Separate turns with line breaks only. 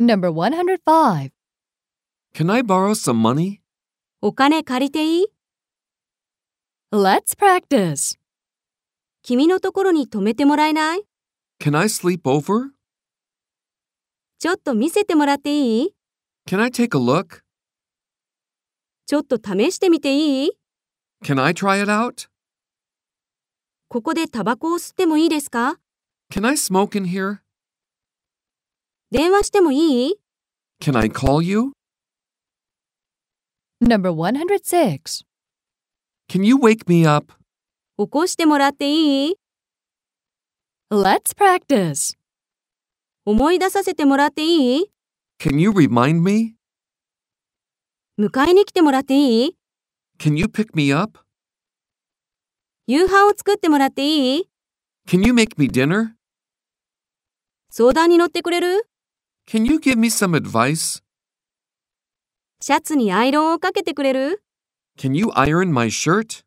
Number 105.
Can I borrow some money?
お金借りていい
Let's practice.
君のところに泊めてもらえない
Can I sleep over?
ちょっと見せてもらっていい
Can I take a look?
ちょっと試してみていい
Can I try it out?
ここでタバコを吸ってもいいですか
Can I smoke in here?
電話してもいい
Can I call you?
Number 106.
Can you wake me up?
起こしてもらっていい
Let's practice.
思い出させてもらっていい
Can you remind me?
迎えに来てもらっていい
Can you pick me up?
夕飯を作ってもらっていい
Can you make me dinner?
相談に乗ってくれる
Can you give me some advice?
シャツにアイロンをかけてくれる
Can you iron my shirt?